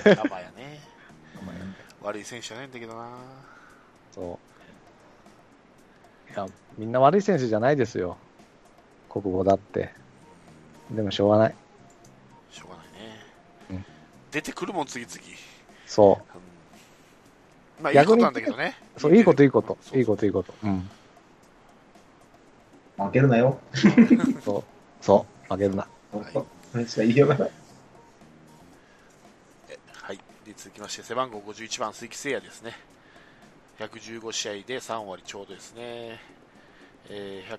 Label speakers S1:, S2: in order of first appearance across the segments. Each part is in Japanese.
S1: カバーやね。
S2: まあね
S1: 悪い選手じゃないんだけどな。
S2: そう。いや、みんな悪い選手じゃないですよ。国語だって。でもしょうがない。
S1: しょうがないね。
S2: うん
S1: 出てくるもん、次々。
S2: そ
S1: うんまあ、いいことなんだけどね。
S2: う。そう、いいこと、いいこと
S1: そう。そう
S2: いいこと、いいこと。うん。
S3: 負けるなよ。
S2: そう。そう。負けるな。
S3: 本当。何しか言いようがない。
S1: はい。で、続きまして、背番号51番、鈴木誠也ですね。115試合で3割ちょうどですね。えー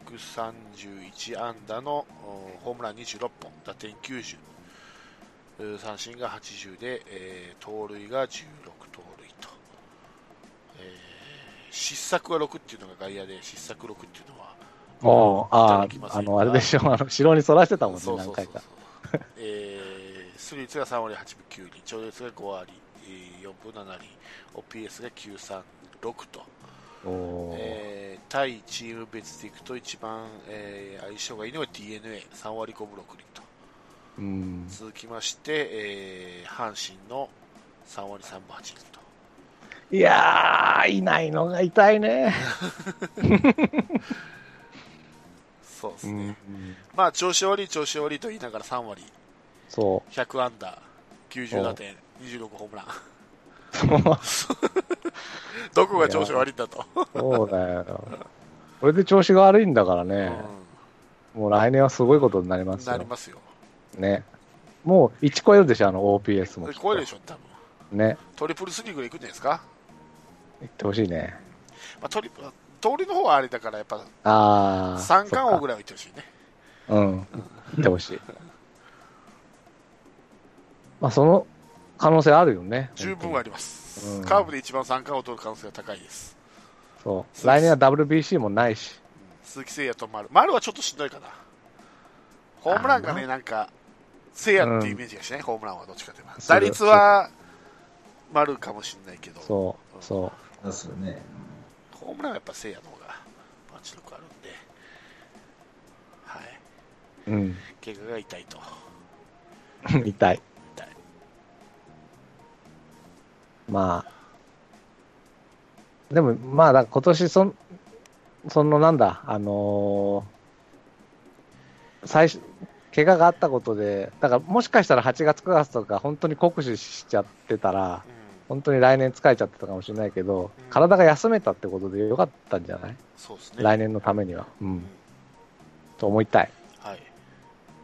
S1: 131安打のおホームラン26本、打点90、えー三振が80で、えー盗塁が16盗塁と、えー失策は6っていうのが外野で、失策6っていうのは、
S2: おうあ
S1: いただきま
S2: あ、
S1: す
S2: あの、あれでしょ、あの、後ろに反らしてたもんね
S1: そ、うそ
S2: 何
S1: うそ
S2: 回
S1: うそ
S2: か
S1: う。。えー、出率が3割8分9厘、長打率が5割、えー4分7厘、OPS が936と、
S2: おー
S1: えー対チーム別でいくと一番、えー相性がいいのが d n a 3割5分6厘と、
S2: うん。
S1: 続きまして、えー阪神の3割3分8厘と、
S2: いやー、いないのが痛いね。
S1: そうです
S2: う
S1: ね、
S2: ん。
S1: まあ調子悪い、調子悪いと言いながら3割、
S2: そ
S1: 100安打、90打点、26ホームラン、
S2: う。そう
S1: どこが調子悪いんだと。
S2: そうだよ。これで調子が悪いんだからね、もう来年はすごいことになりま
S1: うん
S2: す
S1: な
S2: よ
S1: り。ますよ。
S2: ね。もう1超えるでしょ、あの OPS もきっと。
S1: 超えるでしょ、多分
S2: ね。
S1: トリプルスリーぐらい行くんじゃないですか、
S2: いってほしいね。
S1: まあ、トリプ通りの方はあれだから、やっぱ
S2: ああ。
S1: 三冠王ぐ
S2: ら
S1: らいはいってほしいね、
S2: い。うん。いってほしい。 まあ、その可能性あるよね。
S1: 十分あります、
S2: うん
S1: カーブで一番三冠王を取る可能性が高いです、
S2: そう。来年は WBC もないし。
S1: 鈴木誠也と丸、丸はちょっとしんどいかな、ホームランが
S2: あ
S1: ね、
S2: ー
S1: なんか、誠也っていうイメージがしない、ホームランはどっちかといえば、
S2: そう
S1: 打率は丸かもしれないけど、ホ
S2: そう、そ
S3: そうすよね。
S1: ームランはやっぱ誠也の方がパンチ力あるんで、はい、
S2: う。うん。
S1: 怪我が痛いと。
S2: 痛い。
S1: 痛い
S2: まあ。でも、まあ、だ今年そん、そのなんだ、あのー最初、怪我があったことで、だからもしかしたら8月、9月とか本当に酷使しちゃってたら、
S1: うん
S2: 本当に来年疲れちゃってたかもしれないけど
S1: うん、
S2: 体が休めたってことでよかったんじゃない、
S1: そうですね。
S2: 来年のためには。うん。と思いたい。
S1: はい。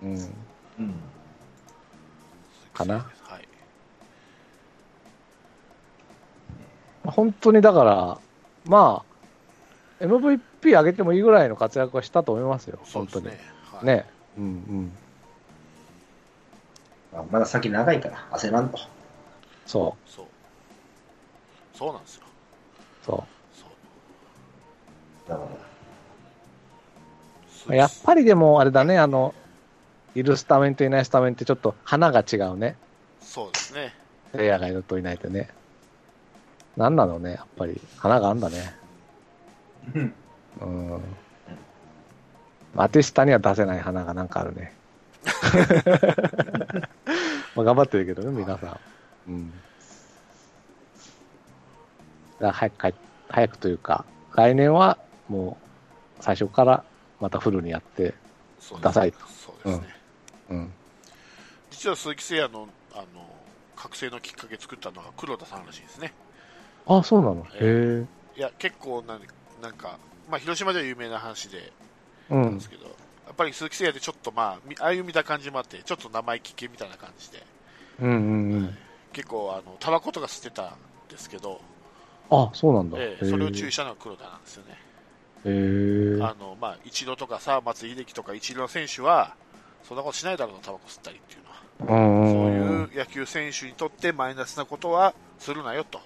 S2: うん。
S3: うん。
S2: かな
S1: はい。
S2: 本当にだから、まあ、MVP 上げてもいいぐらいの活躍はしたと思いますよ、
S1: そう
S2: 本
S1: で
S2: 当
S1: す
S2: に。
S1: ね
S2: ね。
S1: はい、
S2: うんうん、
S3: まあまだ先長いから、焦らんと。
S2: そ
S1: そう。そうなんですよ。
S2: う、そ
S1: そう
S3: だから、
S2: う。やっ
S1: 鈴木
S2: ぱりでも、あれだね、あの、いるスタメンといないスタメンってちょっと花が違うね。
S1: そうですね。
S2: プレイヤーがいるといないとね。なんなのね、やっぱり。花があんだね。
S3: うん。
S2: うん。アティスタには出せない花がなんかある ね。まあ頑張ってるけどね、皆さん。うん。だから早く帰っ早くというか、来年はもう最初からまたフルにやって、
S1: そうですね
S2: ダサい
S1: そうですね。
S2: うん。
S1: 実は鈴木誠也の、あの、覚醒のきっかけ作ったのが黒田さんらしいですね。
S2: あ、そうなの。へ
S1: え
S2: え。
S1: いや、結構なん、なんか、まあ、広島では有名な話で、
S2: う
S1: なん
S2: ん
S1: です。けど、やっぱり鈴木誠也ってちょっとまあ、み歩みた感じもあって、ちょっと生意気系みたいな感じで、
S2: うんうんうん。
S1: 結構、あの、タバコとか吸ってたんですけど、
S2: あ、そうなんだ。
S1: ええそれを注
S2: 意
S1: 意したのが黒田なんですよね。
S2: へえ。
S1: あのまあ、一度とかさ、松井秀喜とか一流の選手は、そんなことしないだろうと、タバコ吸ったりっていうのは、
S2: うんうんうん。
S1: そういう野球選手にとってマイナスなことはするなよと、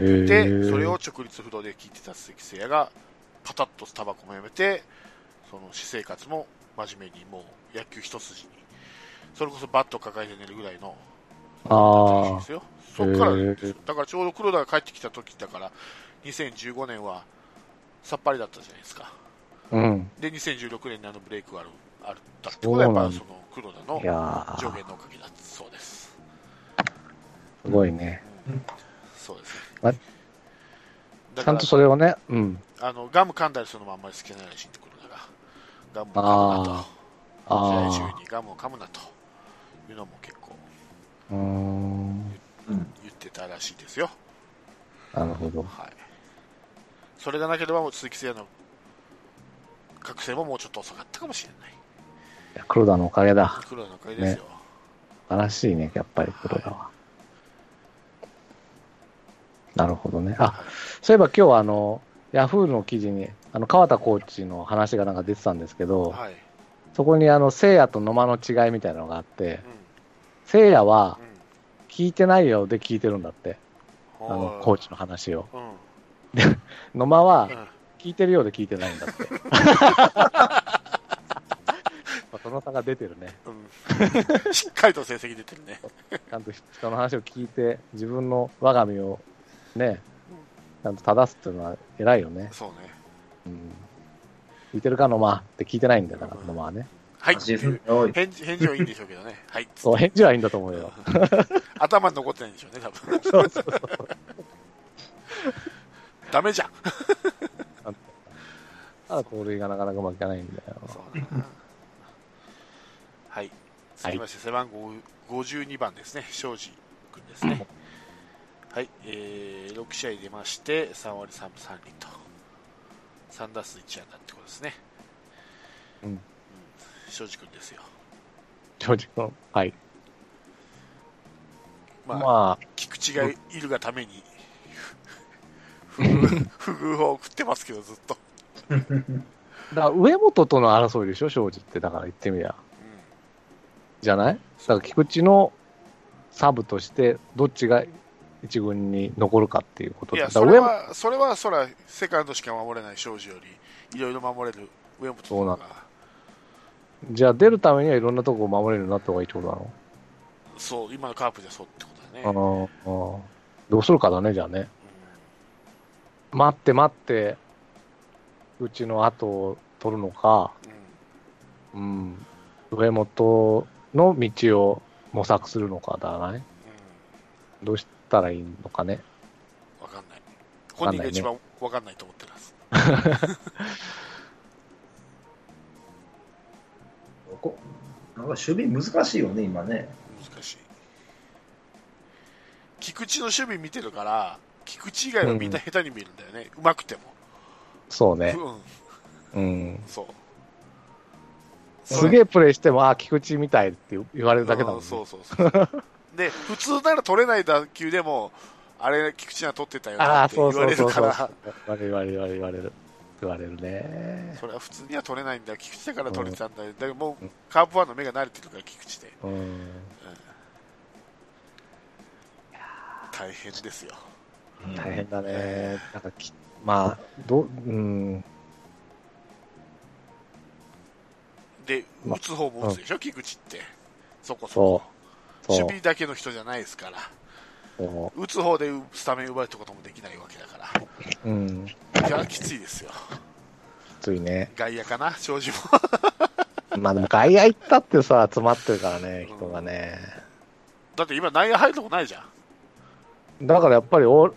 S2: いう
S1: でそれを直立不動で聞いてた鈴木誠也が、パタッとタバコもやめて、その私生活も真面目に、もう野球一筋に、それこそバット抱えて寝るぐらいの、
S2: あ
S1: ですよそっから
S2: へー
S1: ですよだからちょうど黒田が帰ってきた時だから、2015年はさっぱりだったじゃないですか。
S2: あ。うん。
S1: で、2016年にあのブレイクがある、あったって
S2: そ
S1: こ
S2: う
S1: とは
S2: な
S1: やっ
S2: んだ
S1: ぱその黒田の
S2: いやー
S1: 上限のおかげだそうです。
S2: すごいね。
S1: そうです
S2: あ
S1: ね
S2: れ。
S1: だ
S2: ち
S1: から
S2: ゃんとそれをね、うん。
S1: あのガム噛んだりするのもあんまり好きならしいところだから、ガムを噛むなと、
S2: あ
S1: 試合
S2: あ
S1: 中にガムを噛むなというのも結構。
S2: うーん。
S3: うん。
S1: 言ってたらしいですよ。
S2: なるほど。
S1: はい、それがなければもう鈴木誠也の覚醒ももうちょっと遅かったかもしれない。
S2: いや黒田のおかげだ。
S1: 黒田のおかげですよ。
S2: 素晴らしいね、やっぱり黒田は。なるほどね。あ、そういえば今日はあの、ヤフーの記事に、あの、川田コーチの話がなんか出てたんですけど、
S1: はい。
S2: そこにあの、聖夜と野間の違いみたいなのがあって、聖夜は
S1: うん。うん。
S2: 聞いてないようで聞いてるんだって、あ
S1: は
S2: の
S1: い、
S2: コーチの話を。
S1: うん。
S2: 野間は
S1: うん。
S2: 聞いてるようで聞いてないん だって。まあその差が出てるね。
S1: うんしっかりと成績出てるね。
S2: ちゃんと人の話を聞いて、自分の我が身をね、ちゃんと正すっていうのは偉いよね。
S1: そうね。
S2: うん、聞いてるか、のまって聞いてないんだから、のまはね。
S1: はい。
S3: 足踏みおい。
S1: 返事、返事はいいんでしょうけどね。はい。
S2: そう、返事はいいんだと思うよ。
S1: 頭に残ってないんでしょうね、多分。
S2: そうそうそう
S1: ダメじゃん。
S2: ただ、盗塁がなかなかうまくいかないんだよ。
S1: そうだなはい。続きまして、背番号52番ですね、庄司君ですね。はい、えー、6試合出まして、3割3分3厘と、3打数1安打ってことですね。
S2: うん
S1: 庄司君ですよ。
S2: 正直、はい。
S1: まあ、
S2: ま
S1: 菊池がいるがため に、不遇不遇を送ってますけど、ずっと。
S2: あ、だから上本との争いでしょ、正直って。だから言ってみりゃ。
S1: うん
S2: じゃないだから、菊池のサブとして、どっちが一軍に残るかっていうこと
S1: い
S2: だ
S1: や、
S2: だ
S1: そ
S2: から
S1: れ
S2: 上本
S1: は、それは、そら、セカンドしか守れない庄司より、いろいろ守れる上本
S2: そうなん
S1: とか。
S2: じゃあ出るためにはいろんなとこを守れるようになった方がいいってことなの
S1: そう、今のカープじゃそうってことだね。
S2: あのあーどうするかだね、じゃあね。待って待って、うちの後を取るのか、
S1: うんうん
S2: うん、上本の道を模索するのかだね。
S1: う
S2: どうしたらいいのかね。
S1: ん、わかんない。
S2: わか
S1: 本人
S2: んないね
S1: が一番わかんないと思ってるはず。
S3: ここなんか守備難しいよね、今ね。
S1: 難しい。菊池の守備見てるから、菊池以外はみんな下手に見えるんだよね。うまくても。
S2: そうね。
S1: うん、
S2: うん。
S1: そう。
S2: すげ
S1: え
S2: えプレイしても、ああ、菊池みたいって言われるだけだもん、ね。
S1: そうそうそう。で、普通なら取れない打球でも、あれ、菊池は取ってたよ
S2: あ
S1: な
S2: あ、
S1: って
S2: そ
S1: 言
S2: う
S1: わ
S2: そう
S1: れ
S2: そ
S1: る
S2: う
S1: か
S2: そ
S1: ら、
S2: う。言われる、言われる、言われる。言われるね。
S1: それは普通には取れないんだ、菊池だから取れてたんだよ。だけども
S2: う、
S1: うんカープファンの目が慣れてるから、菊池で。
S2: うん。
S1: 大変ですよ。
S2: 大変だね。なんかき、まあ、どう、うん、
S1: で、
S2: ま
S1: 打つ方も打つでしょ、菊池って。そこそ
S2: そ
S1: こ。
S2: う。そう
S1: 守備だけの人じゃないですから。
S2: そ
S1: 打つ方でスタメン奪うってこともできないわけだか
S2: う。うん。き
S1: ら。いや、きついですよ。
S2: ついね。
S1: 外野かな、正直も。
S2: まあでも外野行ったってさ、詰まってるからね、人がね。
S1: だって今内野入るとこないじゃん。
S2: だからやっぱりオー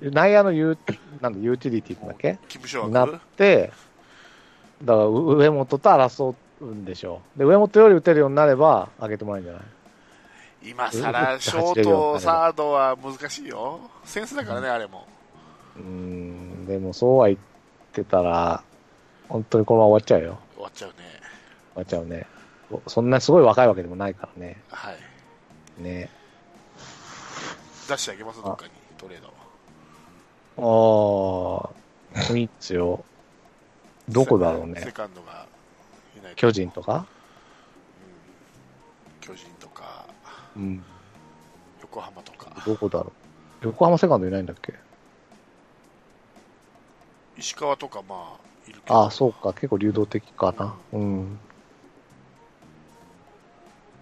S2: ル、内野のユーなんだユーティリティだっけ
S1: キム・ショ
S2: に
S1: ー
S2: な
S1: 枠
S2: って、だからう上本と争うんでしょう。で、上本より打てるようになれば、上げてもらえるんじゃない
S1: 今さら、ショート、サードは難しいよ。センスだからね、あれも。
S2: うーん、でもそうは言ってたら、本当にこのまま終わっちゃうよ。
S1: 終わっちゃうね。
S2: 終わっちゃうね。そそんなすごい若いわけでもないからね。
S1: はい。
S2: ね。
S1: 出してあげます、どっかに、トレード。
S2: ああ、いいっすよ。どこだろう
S1: セ
S2: ね。
S1: カンドがいないと
S2: 巨人とか
S1: 巨人とか、
S2: うん。
S1: 横浜とか。
S2: どこだろう。横浜セカンドいないんだっけ
S1: 石川とかまあいるけど
S2: ああ、そうか。結構流動的かな。うん。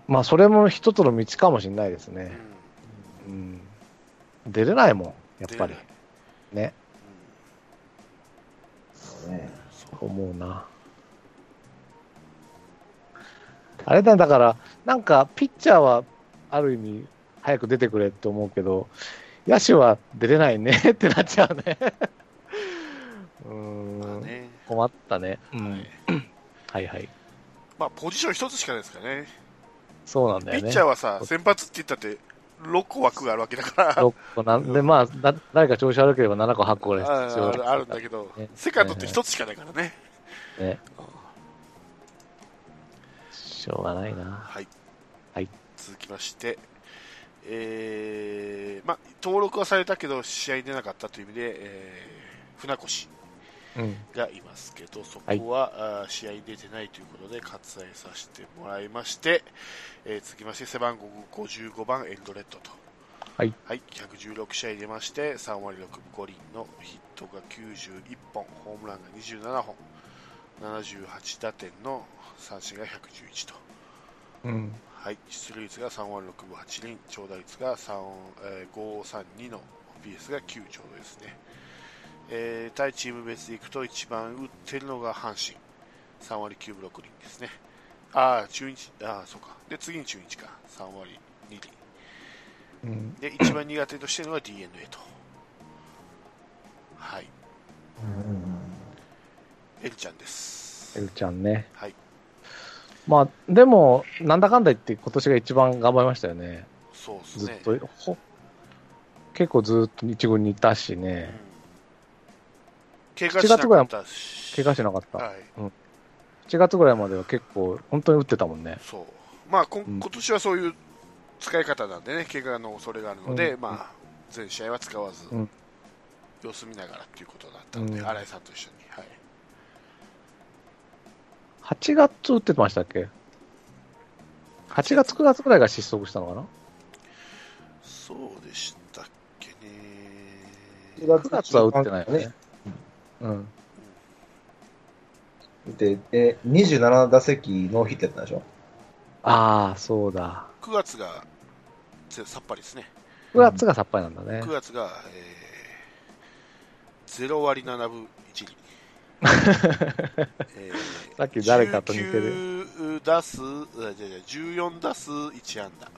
S2: まあ、それも一つの道かもしれないです
S1: うん
S2: ね。うん。出れないもん、やっぱり
S1: 出れない。
S2: ね。
S3: そうね。
S2: 思うな。あれだよ、だから、なんか、ピッチャーは、ある意味、早く出てくれって思うけど、野手は出れないね ってなっちゃうね。う
S1: まあ
S2: ーん、
S1: ね
S2: 困ったね。う
S1: は
S2: ん
S1: い、
S2: はいはい。
S1: まあ、ポジション一つしかないですからね、
S2: そうなんだ
S1: ピ
S2: よ
S1: ッ
S2: ね
S1: チャー。はさ、先発って言ったって、6個枠があるわけだから、
S2: 六個なんで、まあ、だ誰か調子悪ければ7個、8個ぐらい
S1: あ
S2: 必 要
S1: ああるんだけど
S2: ね、
S1: セカンドって一つしかないからね。
S2: ね。しょうがないな。
S1: はい。
S2: はい
S1: 続きまして、えーまあ、登録はされたけど、試合に出なかったという意味で、えー船越
S2: うん。
S1: がいますけど、そこは、あー試合に出てないということで、割愛させてもらいまして、えー続きまして、背番号55番、エンドレッドと。
S2: はい。
S1: 116試合出まして、3割6分5厘のヒットが91本、ホームランが27本、78打点の三振が111と。
S2: うん。
S1: はい、出塁率が3割6分8厘、長打率が3、えー、532の PS が9ちょうどですね、えー対チーム別でいくと一番打ってるのが阪神、3割9分6厘ですね、ああ、中日、ああ、そうか、で次に中日か、3割2厘、
S2: うん。
S1: で一番苦手としてるのは d n a と、はい、エルちゃんです
S2: エ。ルちゃんね。
S1: はい、
S2: まあ、でも、なんだかんだ言って今年が一番頑張りましたよね。
S1: そうです
S2: ずっ
S1: ね。
S2: と、ほ結構ずっと一軍にいたし
S1: うん
S2: ね。
S1: 怪我しなかったし、
S2: 怪我しなかった。
S1: はい、
S2: 7月ぐらいまでは結構、本当に打ってたもんね。
S1: そう。まあ、こ
S2: うん
S1: 今年はそういう使い方なんでね、怪我の恐れがあるので、
S2: うん
S1: まあ、全試合は使わず、
S2: うん
S1: 様子見ながらっていうことだったので、
S2: うん
S1: 新井さんと一緒に。はい。
S2: 8月打ってましたっけ ?8 月、9月ぐらいが失速したのかな
S1: そうでしたっけね。
S2: ?9 月は打ってないよね。。うん。
S3: 打って、で、27打席ノーヒットやったでしょ
S2: ああ、そうだ。
S1: 9月が、ぜさっぱりですね。
S2: 9月がさっぱりなんだね
S1: 9。月が、えー、0割7分1厘。 えー
S2: さっき誰かと似てる。
S1: 19打数、あじゃあじゃあ14打数1安打。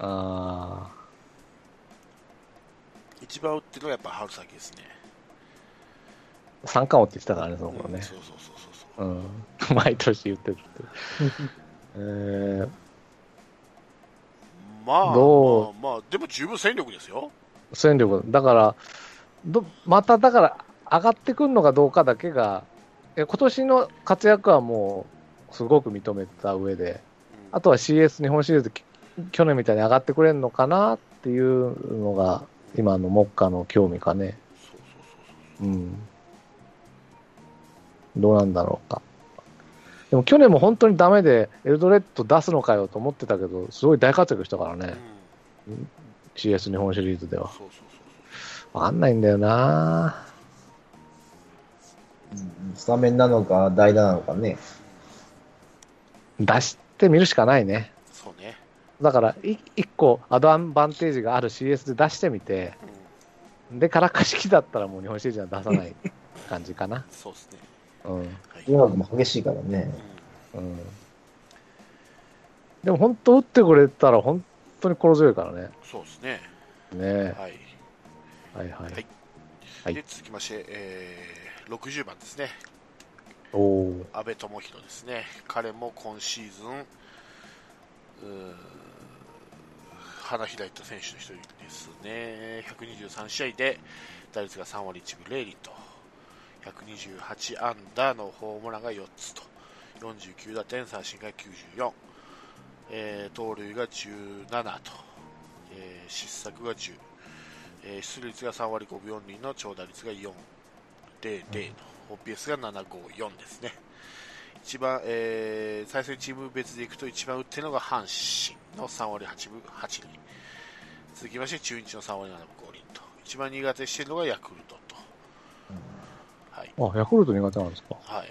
S2: あ
S1: 一番打ってるのがやっぱ春先ですね。
S2: あ、三冠王って言ってたからね、その
S1: うん
S2: 頃ね。
S1: そうそうそうそうそう。
S2: うん。毎年言って るって。えー、
S1: まあ、
S2: ど
S1: まあ、まあ、でも十分戦力ですよ。
S2: 戦力、だから、どまただから、上がってくるのかどうかだけが、え今年の活躍はもう、すごく認めた上で、
S1: うん
S2: あとは CS 日本シリーズ、き去年みたいに上がってくれるのかなっていうのが、今の目下の興味かね。
S1: そうそうそう
S2: うん。どうなんだろうか。でも去年も本当にダメで、エルドレッド出すのかよと思ってたけど、すごい大活躍したから
S1: そう。う
S2: ね
S1: ん、、
S2: CS 日本シリーズでは
S1: そう。そうそう
S2: わかんないんだよな
S3: スタメンなのか、代打なのかね。
S2: 出してみるしかないね。
S1: そう。そうね。
S2: だから、い一個アドバンテージがある CS で出してみて、
S1: うん、
S2: で、からかしきだったらもう日本シリーズには出さない感じかな。
S1: そうですね。
S2: うん。
S1: はい。
S3: 留学も激しいからね。
S2: うん。でも本当打ってくれたら本当に心強いからね。
S1: そうですね。
S2: ね
S1: はい。
S2: はいはい。
S1: はい
S2: はい
S1: で、続きまして、えー、60番ですね。
S2: おお。
S1: 阿部智弘ですね。彼も今シーズン、うーん花開いた選手の一人ですね。123試合で打率が3割1分0厘と、128安打のホームランが4つと、49打点、三振が94、えー盗塁が17と、えー失策が10、えー出塁率が3割5分4厘の長打率が4、0.0の OPS が754ですね。一番、えー、対戦チーム別でいくと一番打ってるのが阪神の3割8分8厘。続きまして中日の3割7分5厘と。一番苦手してるのがヤクルトと。はい。
S2: あ、ヤクルト苦手なんですか。
S1: はい。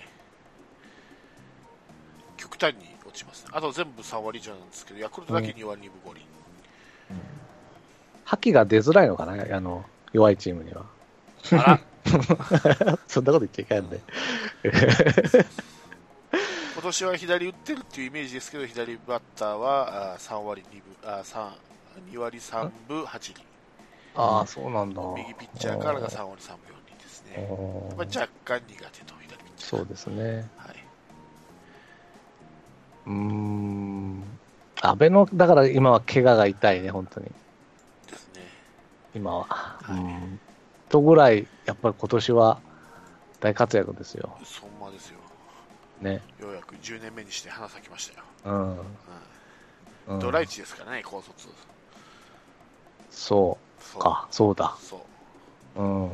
S1: 極端に落ちますね。あと全部3割以上なんですけど、ヤクルトだけ2割2分5厘。
S2: 覇気が出づらいのかな、あの、弱いチームには。
S1: あら、
S2: そんなこと言っちゃいけないんで。
S1: 今年は左打ってるっていうイメージですけど、左バッターはあー3割2分、あー3 2割3分8厘、
S2: ああ、そうなんだ。
S1: 右ピッチャーからが3割3分4厘ですね、
S2: おー
S1: まあ、若干苦手と、左ピッチャー
S2: そうですね。
S1: はい、
S2: うーん。安倍の、だから今は怪我が痛いね、本当に。
S1: ですね、
S2: 今は。
S1: い
S2: うん。とぐらい、やっぱり今年は大活躍ですよ。
S1: そんまですよ、
S2: ね。
S1: ようやく10年目にして花咲きましたよ、
S2: うん。う
S1: うんん、ドライチですからね、高卒、
S2: そ
S1: そう
S2: か、そうだ。
S1: そう、
S2: うん。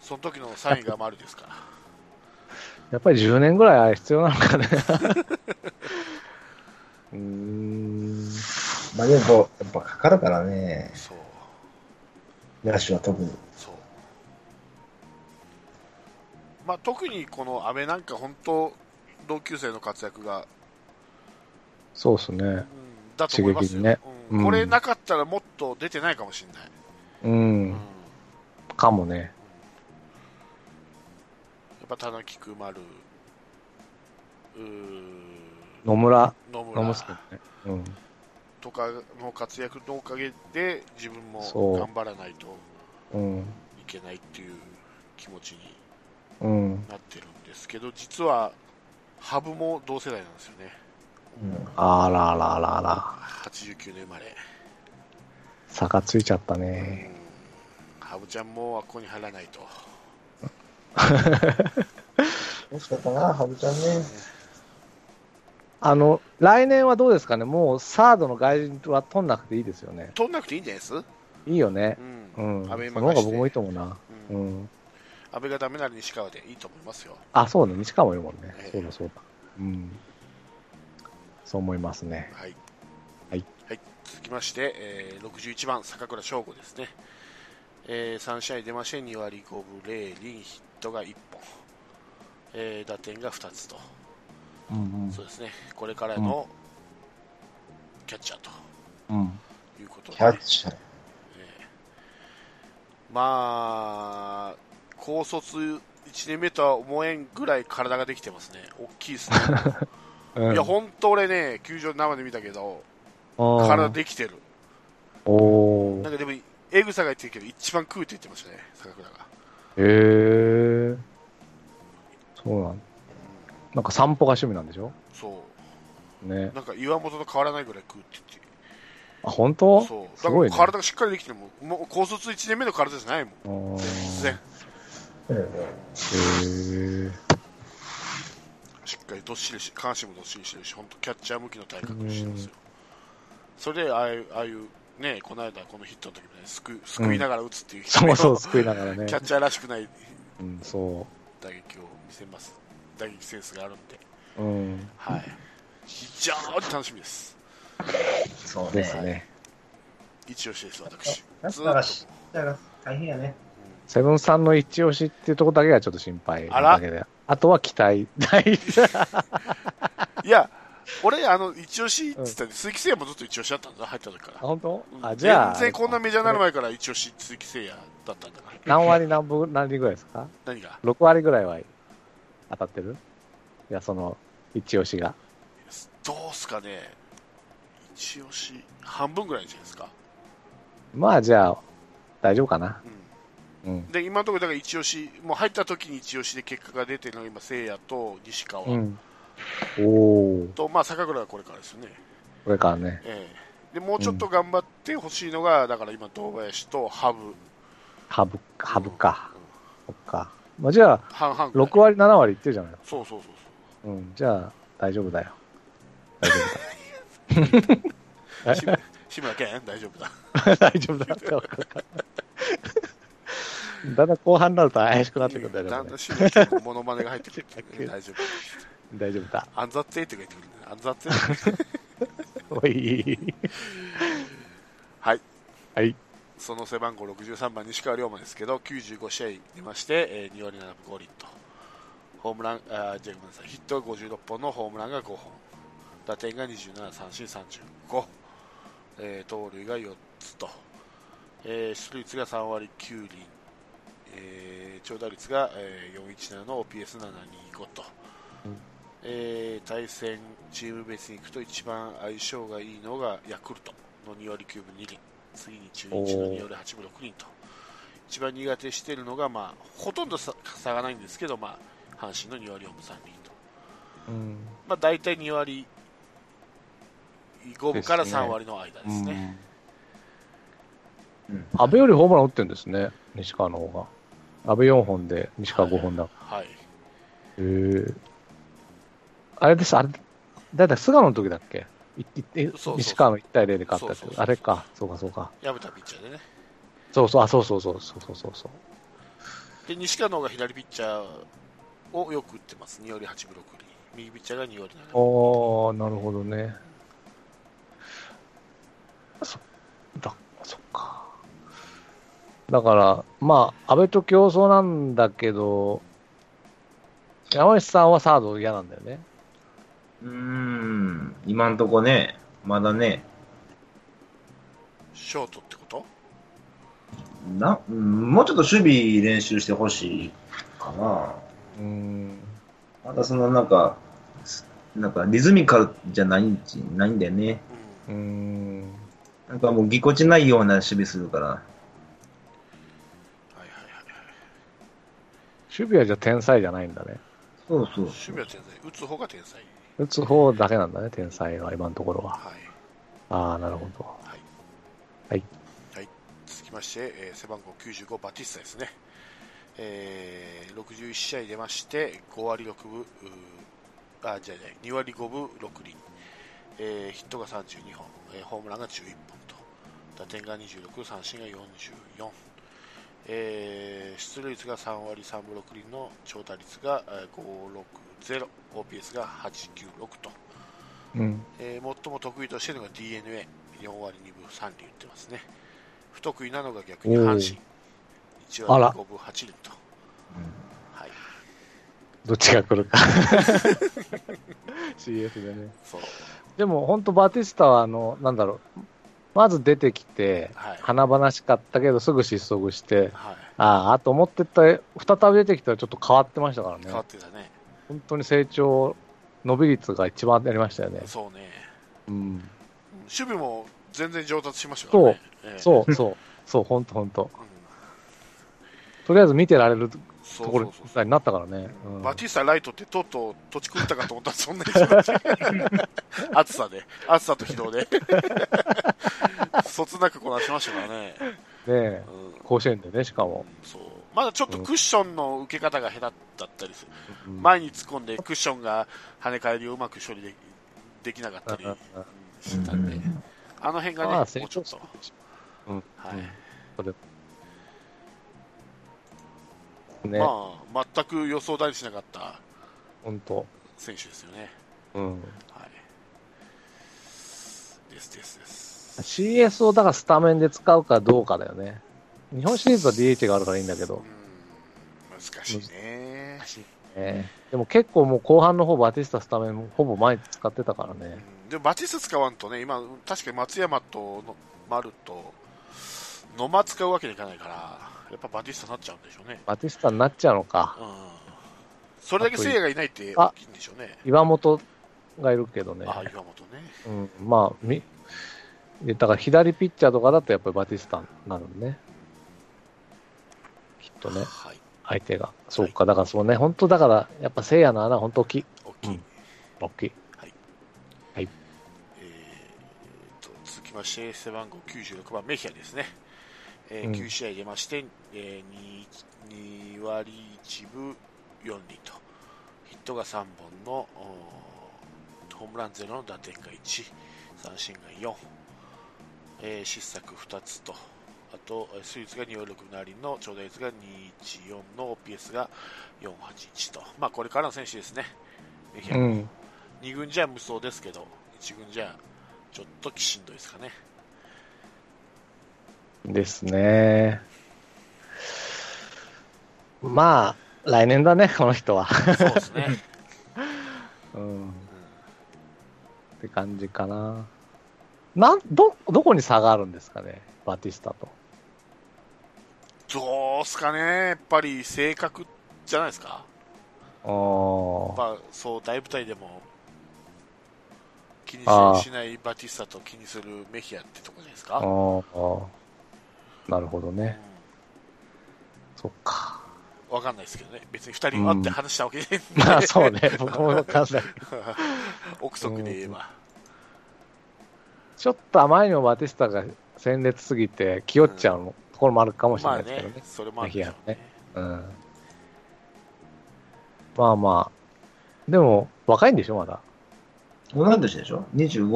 S1: その時の3位が丸ですから、
S2: やっぱり10年ぐらいあれ必要なの かね。うーん。
S3: まあでも、やっぱかかるからね、
S1: そう、
S3: 野手は特に。
S1: そう。まあ、特にこの阿部なんか本当、同級生の活躍が
S2: そうですね。
S1: うんだと思いますよ、
S2: 刺激にね
S1: うん
S2: うん
S1: これなかったらもっと出てないかもしれない、
S2: う
S1: うん
S2: ん
S1: や。
S2: かもね。
S1: っぱ田中くまるうー
S2: 野村、
S1: 野
S2: 野
S1: 村
S2: 村さんね。うん。
S1: とかの活躍のおかげで自分も
S2: そう
S1: 頑張らないと
S2: うん。
S1: いけないっていう気持ちに
S2: うん。
S1: なってるんですけど実は羽生も同世代なんですよね
S3: うん
S2: あらららら。
S1: 89年生まれ
S2: 差がついちゃったね。
S1: 羽生ちゃんもあっこに入らないと
S3: 惜しかったな、ハブちゃんね。
S2: あの、来年はどうですかねもうサードの外人は取んなくていいですよね。
S1: 取んなくていいんじゃないです
S2: いいよね。
S1: う
S2: うんん。そ
S1: 安倍任せ
S2: の方が僕もいいと思うな。
S1: う
S2: うんん。
S1: 安倍がダメなら西川でいいと思いますよ。
S2: あ、そうね。西川もいるもんね
S1: ええ。
S2: そうだそうだ。うん。そう思いますね。
S1: はい。
S2: はい。
S1: 続きまして、えー61番、坂倉翔吾ですね。えー3試合出まして2割5分0厘、ヒットが1本、えー打点が2つと、
S2: うん
S1: そうですね、これからのキャッチャーと
S2: うん。うん。
S1: いうこと
S3: キ
S1: で、
S3: ャッチャー。
S1: まあ、高卒1年目とは思えんぐらい体ができてますね、大きいですね。
S2: うん
S1: いや、本当俺ね、球場で生で見たけど、
S2: あー
S1: 体できてる。
S2: お
S1: なん
S2: ー。
S1: かでも、エグさが言ってるけど、一番食うって言ってましたね、坂倉が。
S2: へえ。そうなんなんか散歩が趣味なんでしょ
S1: そ
S2: ね
S1: う。。なんか岩本と変わらないぐらい食うって言って。
S2: あ、本当
S1: そう。だ
S2: す
S1: か
S2: ご
S1: ら
S2: いね。
S1: 体がしっかりできてるもん、もう高卒1年目の体じゃないもん。
S2: あー
S1: 全然。
S2: へえ。
S1: しっかりどっしりし、下半身もどっしりしてるし、本当キャッチャー向きの体格してますよ。それで、ああいう、ああいう、ね、この間このヒットの時みたいにすく、すくいながら打つっていう、
S2: そうそう、救いながらね
S1: キ。ャッチャーらしくない
S2: うん、そ
S1: 打撃を見せます。打撃センスがあるんで、
S2: う。うん。
S1: はい。非常に楽しみです。
S3: そう
S2: です。ね。
S1: 一押しです、私。
S3: だ
S1: ず
S3: か
S1: ーっ
S3: ら、
S1: と
S3: しだから大変やね。
S2: セブンさんの一押しっていうところだけがちょっと心配
S1: あら
S2: だけで。あとは期待 大。
S1: いや、俺、あの、一押しって言ったら、鈴木誠也もずっと一押しだったんだ、入った時か
S2: あ、
S1: ら。
S2: 本当
S1: う
S2: あ、
S1: ん
S2: じゃあ。
S1: 全然こんなメジャーになる前から一押し、鈴木誠也だったんだから。
S2: 何割何分、何人ぐらいですか
S1: 何が
S2: ?6 割ぐらいは当たってるいや、その、一押しが。
S1: どうすかね、一押し、半分ぐらいじゃないですか。
S2: まあ、じゃあ、大丈夫かな。
S1: う
S2: うん
S1: ん。。で、今のところ、だから一押し、もう入った時に一押しで結果が出てるのが、今、誠也と西川
S2: うん。おー、
S1: と、まあ、坂倉はこれからですよね。
S2: これからね。
S1: ええで、もうちょっと頑張ってほしいのが、だから今、堂林とハブ。
S2: ハブ、ハブか。
S1: うん。
S2: そっか。まあ、じゃあ、
S1: 半々ぐらい
S2: 6割、7割いってるじゃない
S1: そうそうそうそう。
S2: うん、じゃあ、大丈夫だよ。大丈
S1: 志 村志村けん大丈夫だ。
S2: 夫だ。 大丈夫だって分かるから。 だんだん後半になると怪しくなってくるんだよね
S1: だんだん志村けんのモノマネが入ってくるっていうね
S2: 卓球
S1: 大丈夫。
S2: 大丈夫だ。
S1: アンザッツェイって言ってくるね。アンザッツェイ。
S2: おい。
S1: はい。
S2: はい。
S1: その背番号63番、西川龍馬ですけど、95試合出まして、えー2割7分5厘と。ホームラン、あー、じゃあごめんなさい。ヒットが56本のホームランが5本。打点が27、三振35。えー盗塁が4つと。えー出塁率が3割9厘。えー長打率が、えー417の OPS725 と。えー対戦チーム別に行くと一番相性がいいのがヤクルトの2割9分2厘、次に中1の2より8分6厘と、一番苦手しているのが、まあ、ほとんどさ差がないんですけど、まあ、阪神の2割4分3厘と、
S2: うん
S1: まあ、大体2割5分から
S2: ですね
S1: 3割の間ですね。
S3: うん
S2: 阿部よりホームラン打ってるんですね、西川の方が。阿部4本で、西川5本だ。
S1: はい、
S2: へえ。あれです、あれ、だいたい菅野の時だっけいいい
S1: そうそう
S2: 西川の1対0で勝ったやつ
S1: そうそうそうそう
S2: あれか、そうかそうか。
S1: 薮田ピッチャーでね。
S2: そうそう、あ、そうそうそうそうそうそうそう。
S1: で西川の方が左ピッチャーをよく打ってます、2割8分6厘、右ピッチャーが2割7分、
S2: ああ、なるほどね。そ、だ、そっか。だから、まあ、安倍と競争なんだけど、山内さんはサード嫌なんだよね。
S3: うーん、今んとこね、まだね、
S1: ショートってこと
S3: なうんもうちょっと守備練習してほしいかな。
S2: うーん。
S3: まだそのなんか、すなんかリズミカルじゃないんちないんだよね。
S2: うーん。
S3: なんかもうぎこちないような守備するから。
S1: はいはいはい
S2: 守備はじゃあ天才じゃないんだね。
S3: そうそう
S1: 守備は天才、打つ方が天才、
S2: 打つ方だけなんだね、天才は、今のところは。
S1: はい
S2: ああ、なるほど。
S1: はい
S2: はい、
S1: はい、続きまして、えー背番号95、バティスタですね、えー、61試合出まして、5割6分、うーあじゃあ2割5分6厘、えーヒットが32本、えーホームランが11本と、打点が26、三振が44。えー出塁率が3割3分6厘の長打率がえー560、OPS が896と、
S2: うん。
S1: えー最も得意としているのが d n a 4割2分3厘打ってますね不得意なのが逆に阪
S2: お
S1: 神
S2: ー
S1: 1
S2: あ
S1: 割
S2: ら
S1: 5分8厘と、はい、
S2: どっちが来るか。CS でね。
S1: そう
S2: でも本当バティスタはあの、なんだろう。まず出てきて、
S1: はい
S2: 華々しかったけど、すぐ失速して、
S1: はい、
S2: ああ、と思ってた、再び出てきたらちょっと変わってましたから
S1: 変わ
S2: ね
S1: っ。てたね
S2: 本当に成長、伸び率が一番ありましたよね。
S1: そうね
S2: うん。
S1: うん守備も全然上達しましたからねええ
S2: そうそう、そう、本当本当
S1: うん
S2: とりあえず見てられると
S1: そう
S2: ころ
S1: そうそう
S2: みたいになったからね。うん
S1: バティスタライトってとうとう土地食ったかと思ったらそんなにそうだ った暑さで暑さと疲労でそつなくこなしましたからね、
S2: ねえ
S1: うん、
S2: 甲子園でね、しかも。
S1: そうまだちょっとクッションの受け方が下手だったりする、
S2: うん
S1: 前に突っ込んでクッションが跳ね返りをうまく処理でできなかったり
S2: うん
S1: したんで、あの辺がね、
S2: ま
S1: も
S2: あ
S1: う
S2: 成
S1: ちょ
S2: 長
S1: っ
S2: す
S1: と
S2: る、うん
S1: はい
S2: ね、
S1: まあ、全く予想だにしなかった
S2: 本当。
S1: 選手ですよね。
S2: うん。
S1: はい、ですですです。
S2: CS をだからスタメンで使うかどうかだよね。日本シリーズは DH があるからいいんだけ
S1: う
S2: ど
S1: ん。難しいね、
S2: ねでも結構もう後半の方バティスタスタメンほぼ毎日使ってたから
S1: う
S2: ね。
S1: んでもバティスタ使わんとね、今、確かに松山との丸と野間使うわけにいかないから、やっぱバティスタになっちゃうんでしょうね。
S2: バティスタになっちゃうのか。
S1: うんそれだけ聖夜がいないって大
S2: あ
S1: きいんでしょうね。
S2: 岩本がいるけどね。
S1: あ、岩本ね。
S2: うん、まあ、み、でだから左ピッチャーとかだとやっぱりバティスタになるね。きっとね、
S1: はい。
S2: 相手が。そうか、だからそうね、本当だから、やっぱ聖夜の穴は本当大きい。
S1: 大きい。
S2: うん大きい。
S1: えーと続きまして、背番号96番、メヒアですね。えー
S2: うん
S1: 9試合出まして、え 2, 割1分4厘と、ヒットが3本の、おーホームランゼロの打点が1、三振が4、えー失策2つと、あと、えースイーツが2割6分7厘の長打率が214の OPS が481と、まあ、これからの選手ですね。メヒア
S2: うん。
S1: 2軍じゃ無双ですけど1軍じゃちょっときしんどいです かね
S2: ですね。まあ、来年だね、この人は。
S1: そうですね
S2: うん。って感じかな。なん、ど、どこに差があるんですかね、バティスタと。
S1: どうすかねやっぱり性格じゃないですか
S2: あー
S1: まあそう大舞台でも気に
S2: あー
S1: しないバティスタと気にするメヒアってとこじゃないです
S2: あ
S1: か。うん
S2: ーなるほどね。そっ か。
S1: わかんないですけどね。別に二人会って話したわけで、
S2: まあそうね、僕もわかん ない。
S1: 憶測で言えば。
S2: ちょっとあまりにもバティスタが鮮烈すぎて、気負っちゃうのところもあるかもしれ
S1: ま
S2: な
S1: あ
S2: いですけど
S1: ね
S2: ね、。
S1: それもあるでしょうね。
S2: うんまあまあ、でも若いんでしょ、まだ。
S3: 同じ年でしょ
S1: う
S3: ?25。
S1: ん、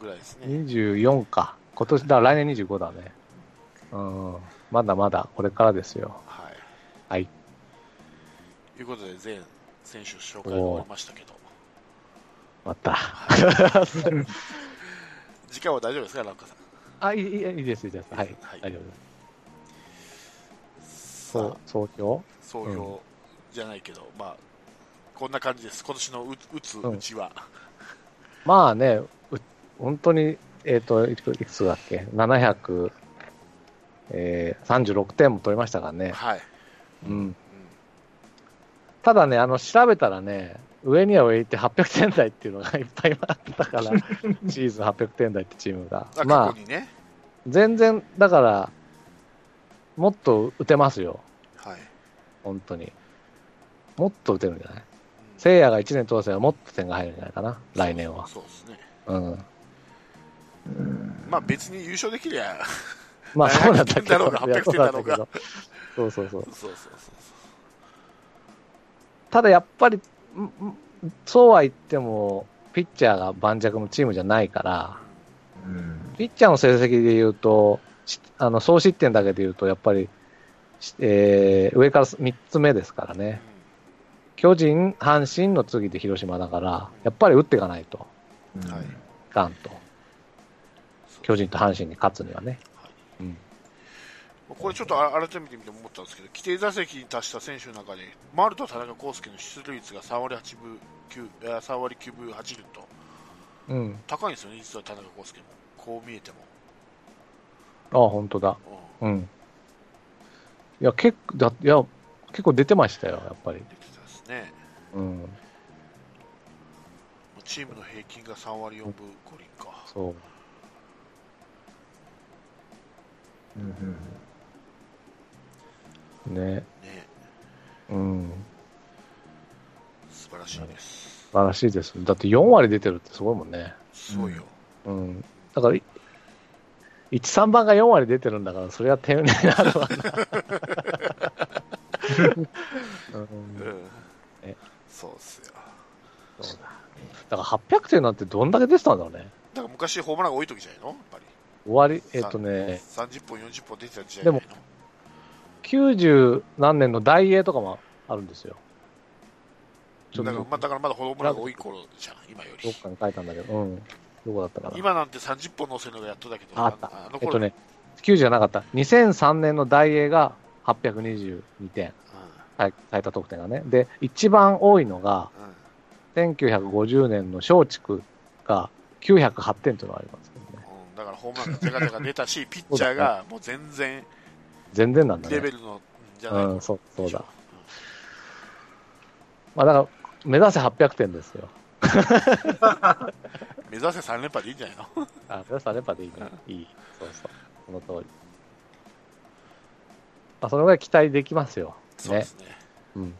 S1: ぐらいですね。
S2: 24か。今年、だから来年25だね。うん。まだまだこれからですよ。
S1: はい。
S2: はい。
S1: ということで、全選手紹介が終わりましたけど。
S2: また。
S1: 時間は大丈夫ですか、ランカさん。
S2: あ、いいいいいいです、いいです。はい。
S1: はい
S2: 大丈夫です。そ
S1: そう
S2: う、総評
S1: 総評じゃないけど、まあ、こんな感じです。今年のう打つうちは、
S2: まあね、う本当に、えっ、と、いくいくつだっけ ?736、えー36点も取りましたからね。
S1: はい。
S2: うん。ただね、あの、調べたらね、上には上行って800点台っていうのが いっぱいあっ たから、シーズン800点台ってチームが。
S1: あ
S2: ま
S1: 過
S2: あ
S1: 去、にね、
S2: 全然、だから、もっと打てますよ。
S1: はい。
S2: 本当に。もっと打てるんじゃない
S1: うん
S2: 聖夜が1年通せばもっと点が入るんじゃないかな。来年は。
S1: そうですね。
S2: うん。
S3: うん
S1: まあ別に優勝できりゃ、
S2: まあそうなんだけ
S1: 800
S2: ど。
S1: 点だろうが
S2: いや
S1: 800点だろうが
S2: そうなんけどそうそうそう。
S1: そうそうそう
S2: ただやっぱり、んんそうは言っても、ピッチャーが盤石のチームじゃないから、
S3: うん。
S2: ピッチャーの成績で言うと、しあの総失点だけで言うと、やっぱり、しえー上から3つ目ですから
S1: うん
S2: ね。巨人、阪神の次で広島だから、やっぱり打っていかないと、
S3: うん
S1: はい
S2: いかんと。
S1: そう
S2: 巨人と阪神に勝つにはね。
S1: はい
S2: うん
S1: これちょっとあ改めて見て思ったんですけど、規定打席に達した選手の中で、丸と田中康介の出塁率が3割8分9えー3割9分8厘と
S2: うん。
S1: 高いんですよね、実は田中康介も、こう見えても、
S2: ああ、本当だ。
S1: うん
S2: うん。いや、結構、だいや、結構出てましたよ、やっぱり。
S1: 出てたですね、
S2: うん。
S1: チームの平均が3割4分5厘か、
S2: そう。
S3: うんうん
S2: ね。
S1: ね、
S2: うん。
S1: 素晴らしいです、
S2: 素晴らしいです。だって4割出てるってすごいもんね。
S1: すごいよ、
S2: うん。だから、い1、3番が4割出てるんだから、それは点になるわな。う、
S1: うんん
S2: ね
S1: そうっすよ、だか
S2: そうだ。だから800点なんてどんだけ出てたんだろうね。
S1: ら昔、ホームランが多い時じゃないの、やっぱり、
S2: 終わり、えっ、とね、
S1: 30本、40本出てた時代じゃないの、
S2: 90何年の大英とかもあるんですよ。ちょっ
S1: だ
S2: と
S1: からま
S2: どっ
S1: あだからまだホームランが多い頃じゃん、今より。
S2: かに書いたんだけど、うん。どこだったかな。
S1: 今なんて30本乗せるのがやっとだけど、
S2: ああった
S1: あの
S2: えっ
S1: 頃
S2: とね、90じゃなかった。2003年の大英が822点、はい最多得点がね。で、一番多いのが、
S1: うんうん
S2: 1950年の松竹が908点というのがありますけどね。
S1: うんだからホームランがジャガジャガ出たし、ピッチャーがもう全然
S2: 全然なんだね。
S1: レベルの、うんじゃない
S2: うん、
S1: 頃
S2: そうそうだ。
S1: う
S2: まあだから、目指せ800点ですよ。
S1: ん目指せ3連覇でいいんじゃないの
S2: あ、目指せ3連覇でいいね。いい。そうそう。その通り。まあ、そのぐらい期待できますよ。
S1: そうで
S2: ね。
S1: すね。
S2: うん。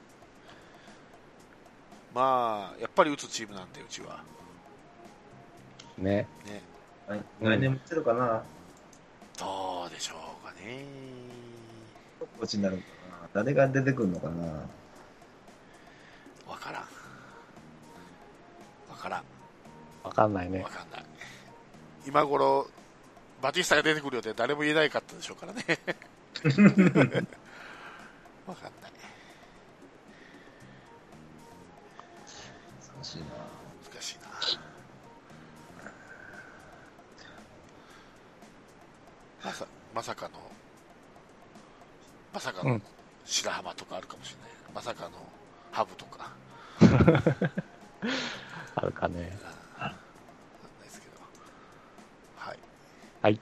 S1: まあ、やっぱり打つチームなんで、うちは。
S2: ね。
S1: ね。
S3: はい来年も来てるかな
S1: どうでしょうかね。
S3: どっちになるのかな誰が出てくるのかな
S1: わからん。わからん。
S2: わかんないね
S1: わ。かんない。今頃、バティスタが出てくるよって誰も言えないかったでしょうからね。わかんない。
S3: 難しいな
S1: 難しいな。まさ、まさかの、まさか
S2: う
S1: の
S2: ん
S1: 白浜とかあるかもしれない。まさかのハブとか、わか
S2: あるかね。
S1: んないですけど。はい。
S2: はい。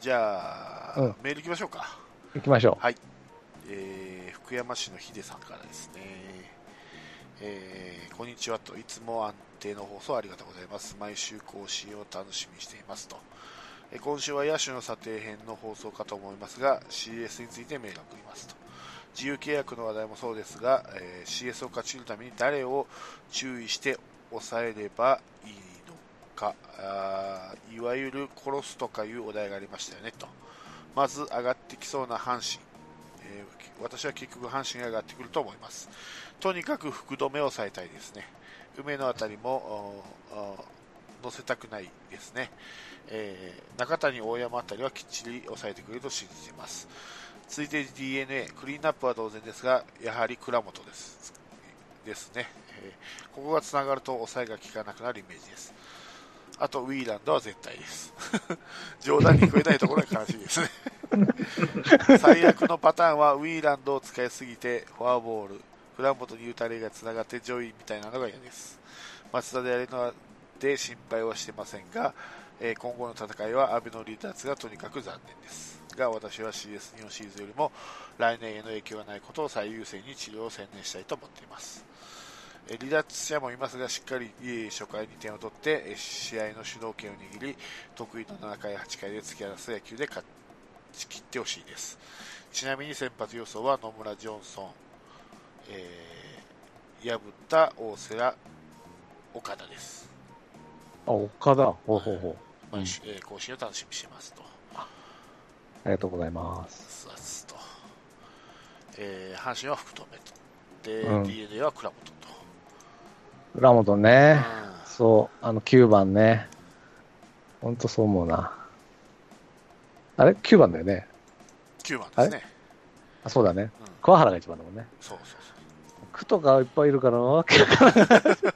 S1: じゃあ、
S2: うん
S1: メール行きましょうか。
S2: 行きましょ
S1: はい、えー福山市のヒデさんからですね、えーこんにちはといつも安定の放送ありがとうございます毎週更新を楽しみにしていますと、えー今週は野手の査定編の放送かと思いますが CS についてメールを送りますと自由契約の話題もそうですが、えー CS を勝ち抜くために誰を注意して抑えればいいのかあーいわゆる殺すとかいうお題がありましたよねとまず上がってきそうな阪神、えー私は結局阪神が上がってくると思いますとにかく福留を抑えたいですね梅のあたりもおーおー乗せたくないですね、えー中谷大山あたりはきっちり抑えてくれると信じています続いて d n a クリーンナップは当然ですがやはり倉本ですですね、えーここがつながると抑えが効かなくなるイメージですあとウィーランドは絶対です 冗談に増えないところが悲しいですね最悪のパターンはウィーランドを使いすぎてフォアボール倉本に打たれがつながって上位みたいなのが嫌です松田でやるのはで心配はしてませんが、えー今後の戦いは阿部の離脱がとにかく残念ですが私は CS 日本シリーズよりも来年への影響がないことを最優先に治療を専念したいと思っていますえー離脱者もいますがしっかりえー初回に点を取ってえー試合の主導権を握り得意の7回8回で突き放す野球で勝ち切ってほしいですちなみに先発予想は野村ジョンソン、えー、破った大瀬良岡田です
S2: あ、岡田。ほうほうほう。
S1: 毎週、えー更新を楽しみにしてますと。
S2: ありがとうございます。
S1: すわすと。えー阪神は福留と。で、
S2: うん
S1: d n a は倉本と。
S2: 浦本ね。
S1: うん
S2: そう、あの、9番ね。ほんとそう思うな。あれ ?9 番だよね。
S1: 9番ですね。
S2: あ、そうだね
S1: うん。
S2: 桑原が1番だもんね。
S1: そうそうそ
S2: 区とかいっぱいいるから、わけわからない。そうで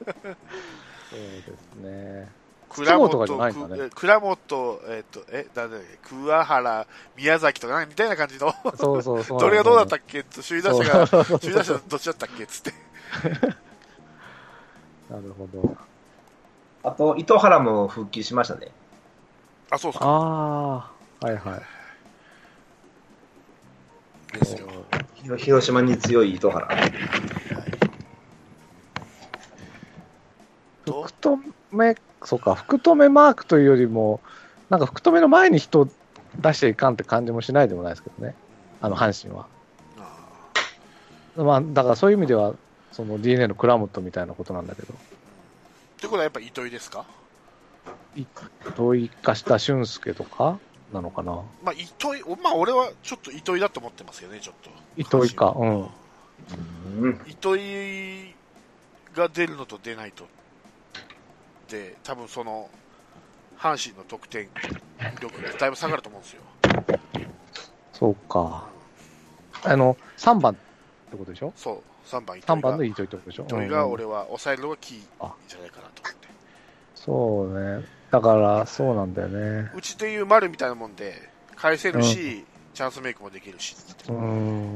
S2: すね。
S1: う。
S2: 筒香とかじゃないんだ
S1: く
S2: ね
S1: えー倉本、えーっと、え、誰だっけ、桑原、宮崎とか、なんかみたいな感じ の、
S2: そうそうそう。
S1: どれがどうだったっけと、首位打者が、
S2: そうそう
S1: 首位打者どっちだったっけつって。
S2: なるほど。
S3: あと、糸原も復帰しましたね。
S1: あ、そうっすか。
S2: ああ、はいはい。
S1: ですよ。
S3: 広広島に強い糸原。
S1: と
S2: 福、留、そうか、福留マークというよりも、なんか福留の前に人を出していかんって感じもしないでもないですけどね、あの阪神は。
S1: あ
S2: まあ、だからそういう意味では、その d n a の倉本みたいなことなんだけど、
S1: ーということはやっぱ糸井ですか
S2: どういかした俊介とかなのかな、
S1: まあ、糸井、まあ、俺はちょっと糸井だと思ってますよね、ちょっと。
S2: 糸井か、うん。
S3: うん。
S1: 糸井が出るのと出ないとで多分その阪神の得点力がだいぶ下がると思うんですよ
S2: そうか。あの、3番ってことでしょ
S1: そう3番糸井が
S2: ?3 番の糸井ってことでしょ
S1: 糸井が俺は抑えるのがキー
S2: あ
S1: じゃないかなと思って
S2: そうね。だから、そうなんだよね。
S1: うちという丸みたいなもんで返せるし、チャンスメイクもできるしって
S2: うー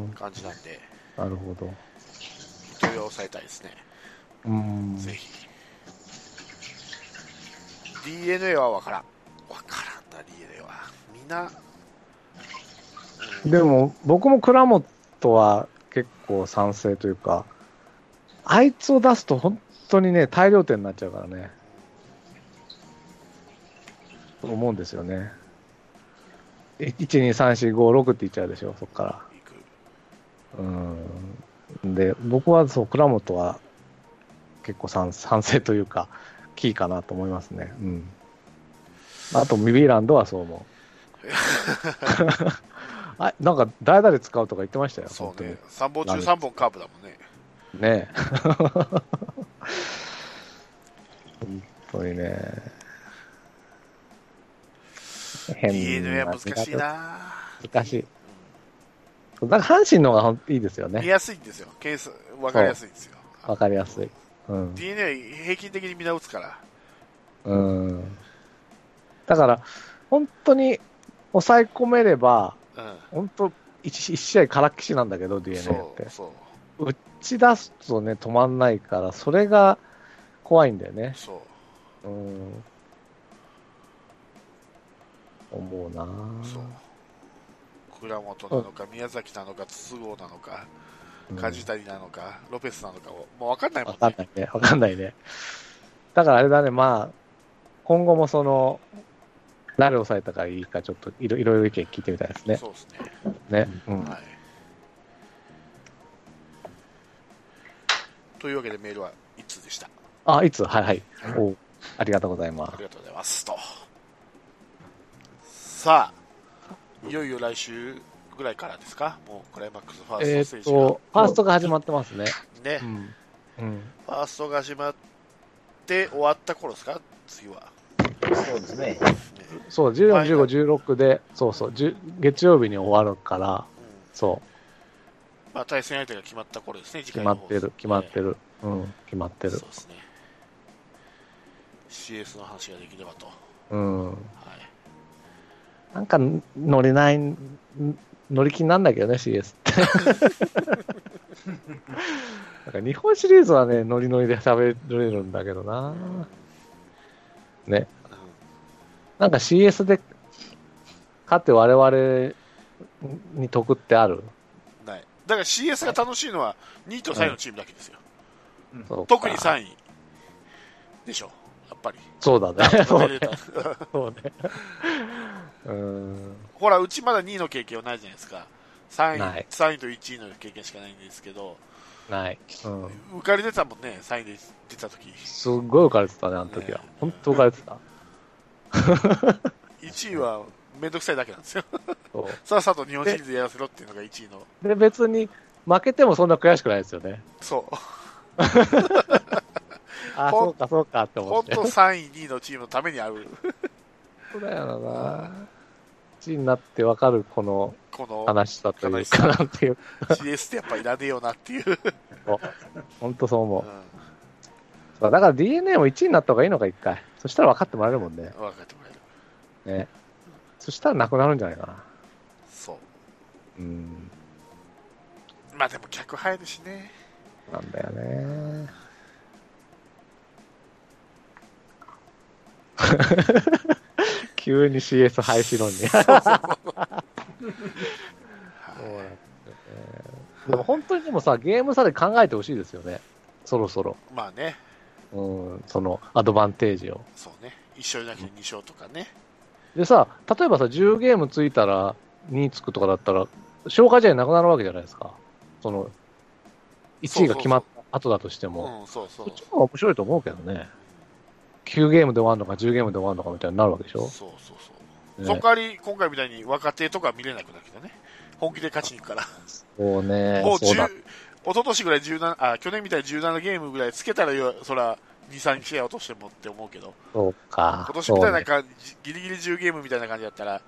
S2: ん、
S1: 感じなんで
S2: なるほど。
S1: 糸井は抑えたいですね
S2: うーん。
S1: ぜひ d n a は分からん分からんな d n a はみんな、うん
S2: でも、僕も倉本は結構賛成というか、あいつを出すと本当にね、大量点になっちゃうからね。と思うんですよね。1、2、3、4、5、6っていっちゃうでしょ、そっか
S1: 行く
S2: ら。うん。で、僕はそう、倉本は結構賛賛成というか、キーかなと思いますね。うん。あと、ミビーランドはそう思う。 あなんか、誰々使うとか言ってましたよ、本
S1: そう
S2: 当に
S1: ね。。3本中3本カーブだもんね。
S2: ね え。本当にね。変
S1: DNA は難しい。な
S2: 難しい。だから阪神の方がほんいいですよ
S1: 見
S2: ね。
S1: やすいんですよ。ケース、わかりやすいんですよ。
S2: わかりやすい。うん。
S1: DNA は平均的にみんな打つから。
S2: うん。だから、本当に抑え込めれば、
S1: う
S2: 本当一一試合からっきしなんだけど、
S1: ん。
S2: DNA っ
S1: そ
S2: て
S1: う、。そう、
S2: 打ち出すとね、止まんないから、それが怖いんだよね。
S1: そう。
S2: うん。思うなぁ
S1: そう倉本なのか、宮崎なのか、筒香なのか、梶谷なのか、ロペスなのかを、もう分かんないもん
S2: わかん
S1: ね。
S2: ないね。わかんないね。だからあれだね、まあ、今後もその、誰を抑えたからいいか、ちょっといろいろいろ意見聞いてみたいですね。
S1: そうですね。
S2: ね。うん。
S1: はい。というわけでメールは1通でした。
S2: あ、いつはいはい。おありがとうございま
S1: あ
S2: す
S1: り。がとうございます。と。さあ、いよいよ来週ぐらいからですかもうクライマックスファ
S2: え
S1: ー
S2: っ
S1: ストステージが。
S2: と、ファーストが始まってますね。
S1: ね、
S2: う
S1: フ
S2: ん。うん。
S1: ァーストが始まって終わった頃ですか次は。
S3: そうですね。
S1: ね
S2: そう、14、15、16で、そうそう、10月曜日に終わるから、
S1: うん
S2: そう、
S1: まあ、対戦相手が決まった頃ですね、次
S2: 決
S1: 回
S2: ま
S1: の
S2: っ
S1: 方
S2: てる、決まってる。うん、決まってる
S1: そ。うですね。CS の話ができればと。は
S2: うん。
S1: い。
S2: なんか乗れない、ん乗り気になんだけどね、CS って。なんか日本シリーズはね、ノリノリで喋れるんだけどな。ね。なんか CS で勝って我々に得ってある
S1: うんない。だから CS が楽しいのは2位と3位のチームだけですよ。
S2: そうか
S1: 特に3位でしょ、やっぱり。
S2: そうだ ね。そう
S1: そ
S2: ね。
S1: うね
S2: そうね。うん。
S1: ほら、うちまだ2位の経験はないじゃないですか。3
S2: な
S1: 位
S2: い
S1: ,3 位と1位の経験しかないんですけど、
S2: ない。うん。
S1: 受かり出たもんね、3位で出た時
S2: すっごい浮かれてたね、あの時は。
S1: ね
S2: 本当浮かれてた。
S1: 1位はめんどくさいだけなんですよ。
S2: そう
S1: さあさと日本シリーズやらせろっていうのが1位の。
S2: で、別に負けてもそんな悔しくないですよね。
S1: そう。
S2: あ、
S1: ほん
S2: そうか、そうかって思
S1: 本
S2: って
S1: 当。3位、2位のチームのためにある、
S2: そうだよな。1位になってわかるこの
S1: この
S2: 悲しさとい
S1: 悲
S2: う
S1: しさ
S2: かなんていう。
S1: CS ってやっぱいらねえよなっていう。
S2: 本当そう思
S1: う
S2: う。
S1: ん
S2: そうだから DNA も1位になった方がいいのか、一回。そしたら分かってもらえるもんね。
S1: 分かってもらえる。
S2: ね。そしたらなくなるんじゃないかな。
S1: そう。
S2: うん。
S1: まあでも客入るしね。
S2: なんだよね。 急に CS 廃止 論に。そうなんですよねでも本当にでもさ、ゲーム差で考えてほしいですよね。そろそろ。
S1: まあね、
S2: うん、そのアドバンテージを。
S1: そうね。1勝じゃなくて2勝とかね。
S2: でさ、例えばさ、10ゲームついたら2つくとかだったら、消化試合なくなるわけじゃないですか。その、1位が決まった後だとしても。
S1: うん、そうそ
S2: そうっ。ちの方が面白いと思うけどね。9ゲームで終わるのか10ゲームで終わるのかみたいになるわけでし
S1: そう
S2: ょ。
S1: そうそう。
S2: ね
S1: その代わり、今回みたいに若手とか見れなくなるけどね。本気で勝ちに行くから。
S2: そうね。
S1: もう
S2: そう
S1: 10
S2: だ。、
S1: 一昨年ぐらい17、あ、去年みたいに17ゲームぐらいつけたらよ、そら、2、3試合落としてもって思うけど、
S2: そうか。
S1: 今年みたい
S2: そう
S1: な
S2: ね
S1: 感じ、ギリギリ10ゲームみたいな感じだったら、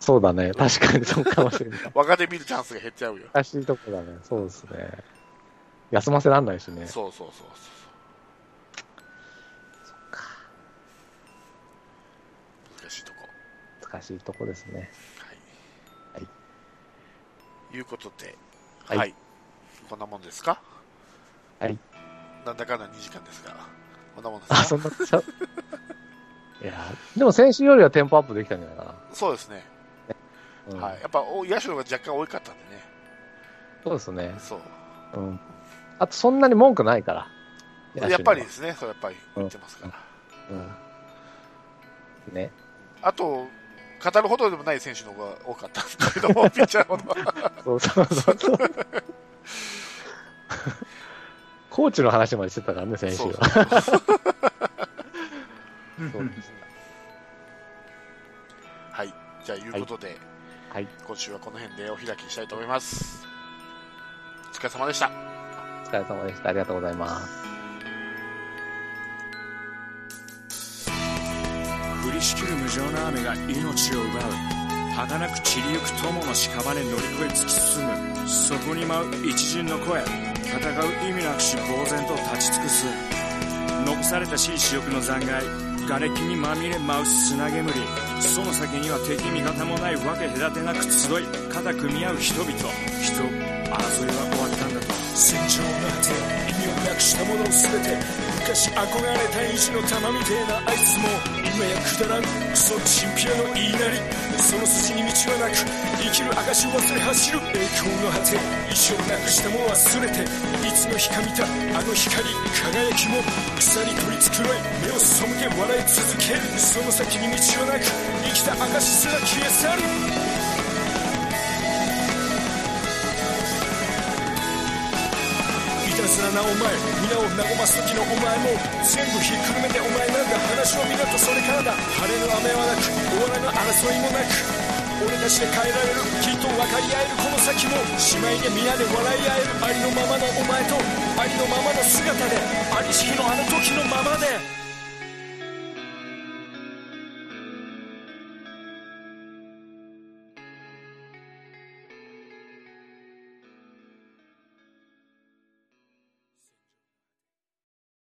S2: そうだね。確かにそうかもしれない。
S1: 若手見るチャンスが減っちゃうよ。
S2: 難しいとこだね。そうですね。休ませらんないしね。
S1: そうそうそうそう。難しいとこ。
S2: 難しいとこですね。
S1: はい。。
S2: はい
S1: いうことで、は。
S2: はいい
S1: こんなもんですか
S2: はい。
S1: なんだかんだ2時間ですが、こんなもんですか
S2: あ、そんなちゃう。いやーでも先週よりはテンポアップできたんじゃないか
S1: そうですね。
S2: な。うん、
S1: はい。やっぱ、お野手の方が若干多かったんでね。
S2: そうですね。
S1: そう。
S2: うん。あと、そんなに文句ないから。
S1: やっぱりですね、それやっぱり言ってますから。
S2: 野手のは。うん。ね。
S1: あと、語るほどでもない選手の方が多かったんですけ ども、ピッチャーの方は。
S2: そうそうそう そう。コーチの話までしてたからね、先週
S1: そう
S2: は。
S1: そうそう
S2: そう
S1: はい。じゃあ、いうことで、
S2: はい。
S1: 今週はこの辺でお開きにしたいと思います。お疲れ様でした。
S2: お疲れ様でした。ありがとうございます。
S4: 降りしきる無情な雨が命を奪う儚く散りゆく友の屍乗り越え突き進むそこに舞う一陣の声戦う意味なくし呆然と立ち尽くす残されたしい死翼の残骸瓦礫にまみれ舞う砂煙その先には敵味方もないわけ隔てなく集い肩組み合う人々人争いは終わったんだと戦場が果て意味をなくしたものを全て昔憧れた意地の玉みてえなあいつも今やくだらんクソチンピラの言いなりその筋に道はなく生きる証を忘れ走る栄光の果て意地をなくしても忘れていつの日か見たあの光輝きも草に取り繕い目を背け笑い続けるその先に道はなく生きた証すら消え去るいたずらなお前皆を和ます時のお前も全部ひっくるめてお前なんだ話を見ろとそれからだ晴れの雨はなく終わらぬ争いもなく俺たちで変えられるきっと分かり合えるこの先も姉妹で皆で笑い合えるありのままのお前とありのままの姿でありし日のあの時のままで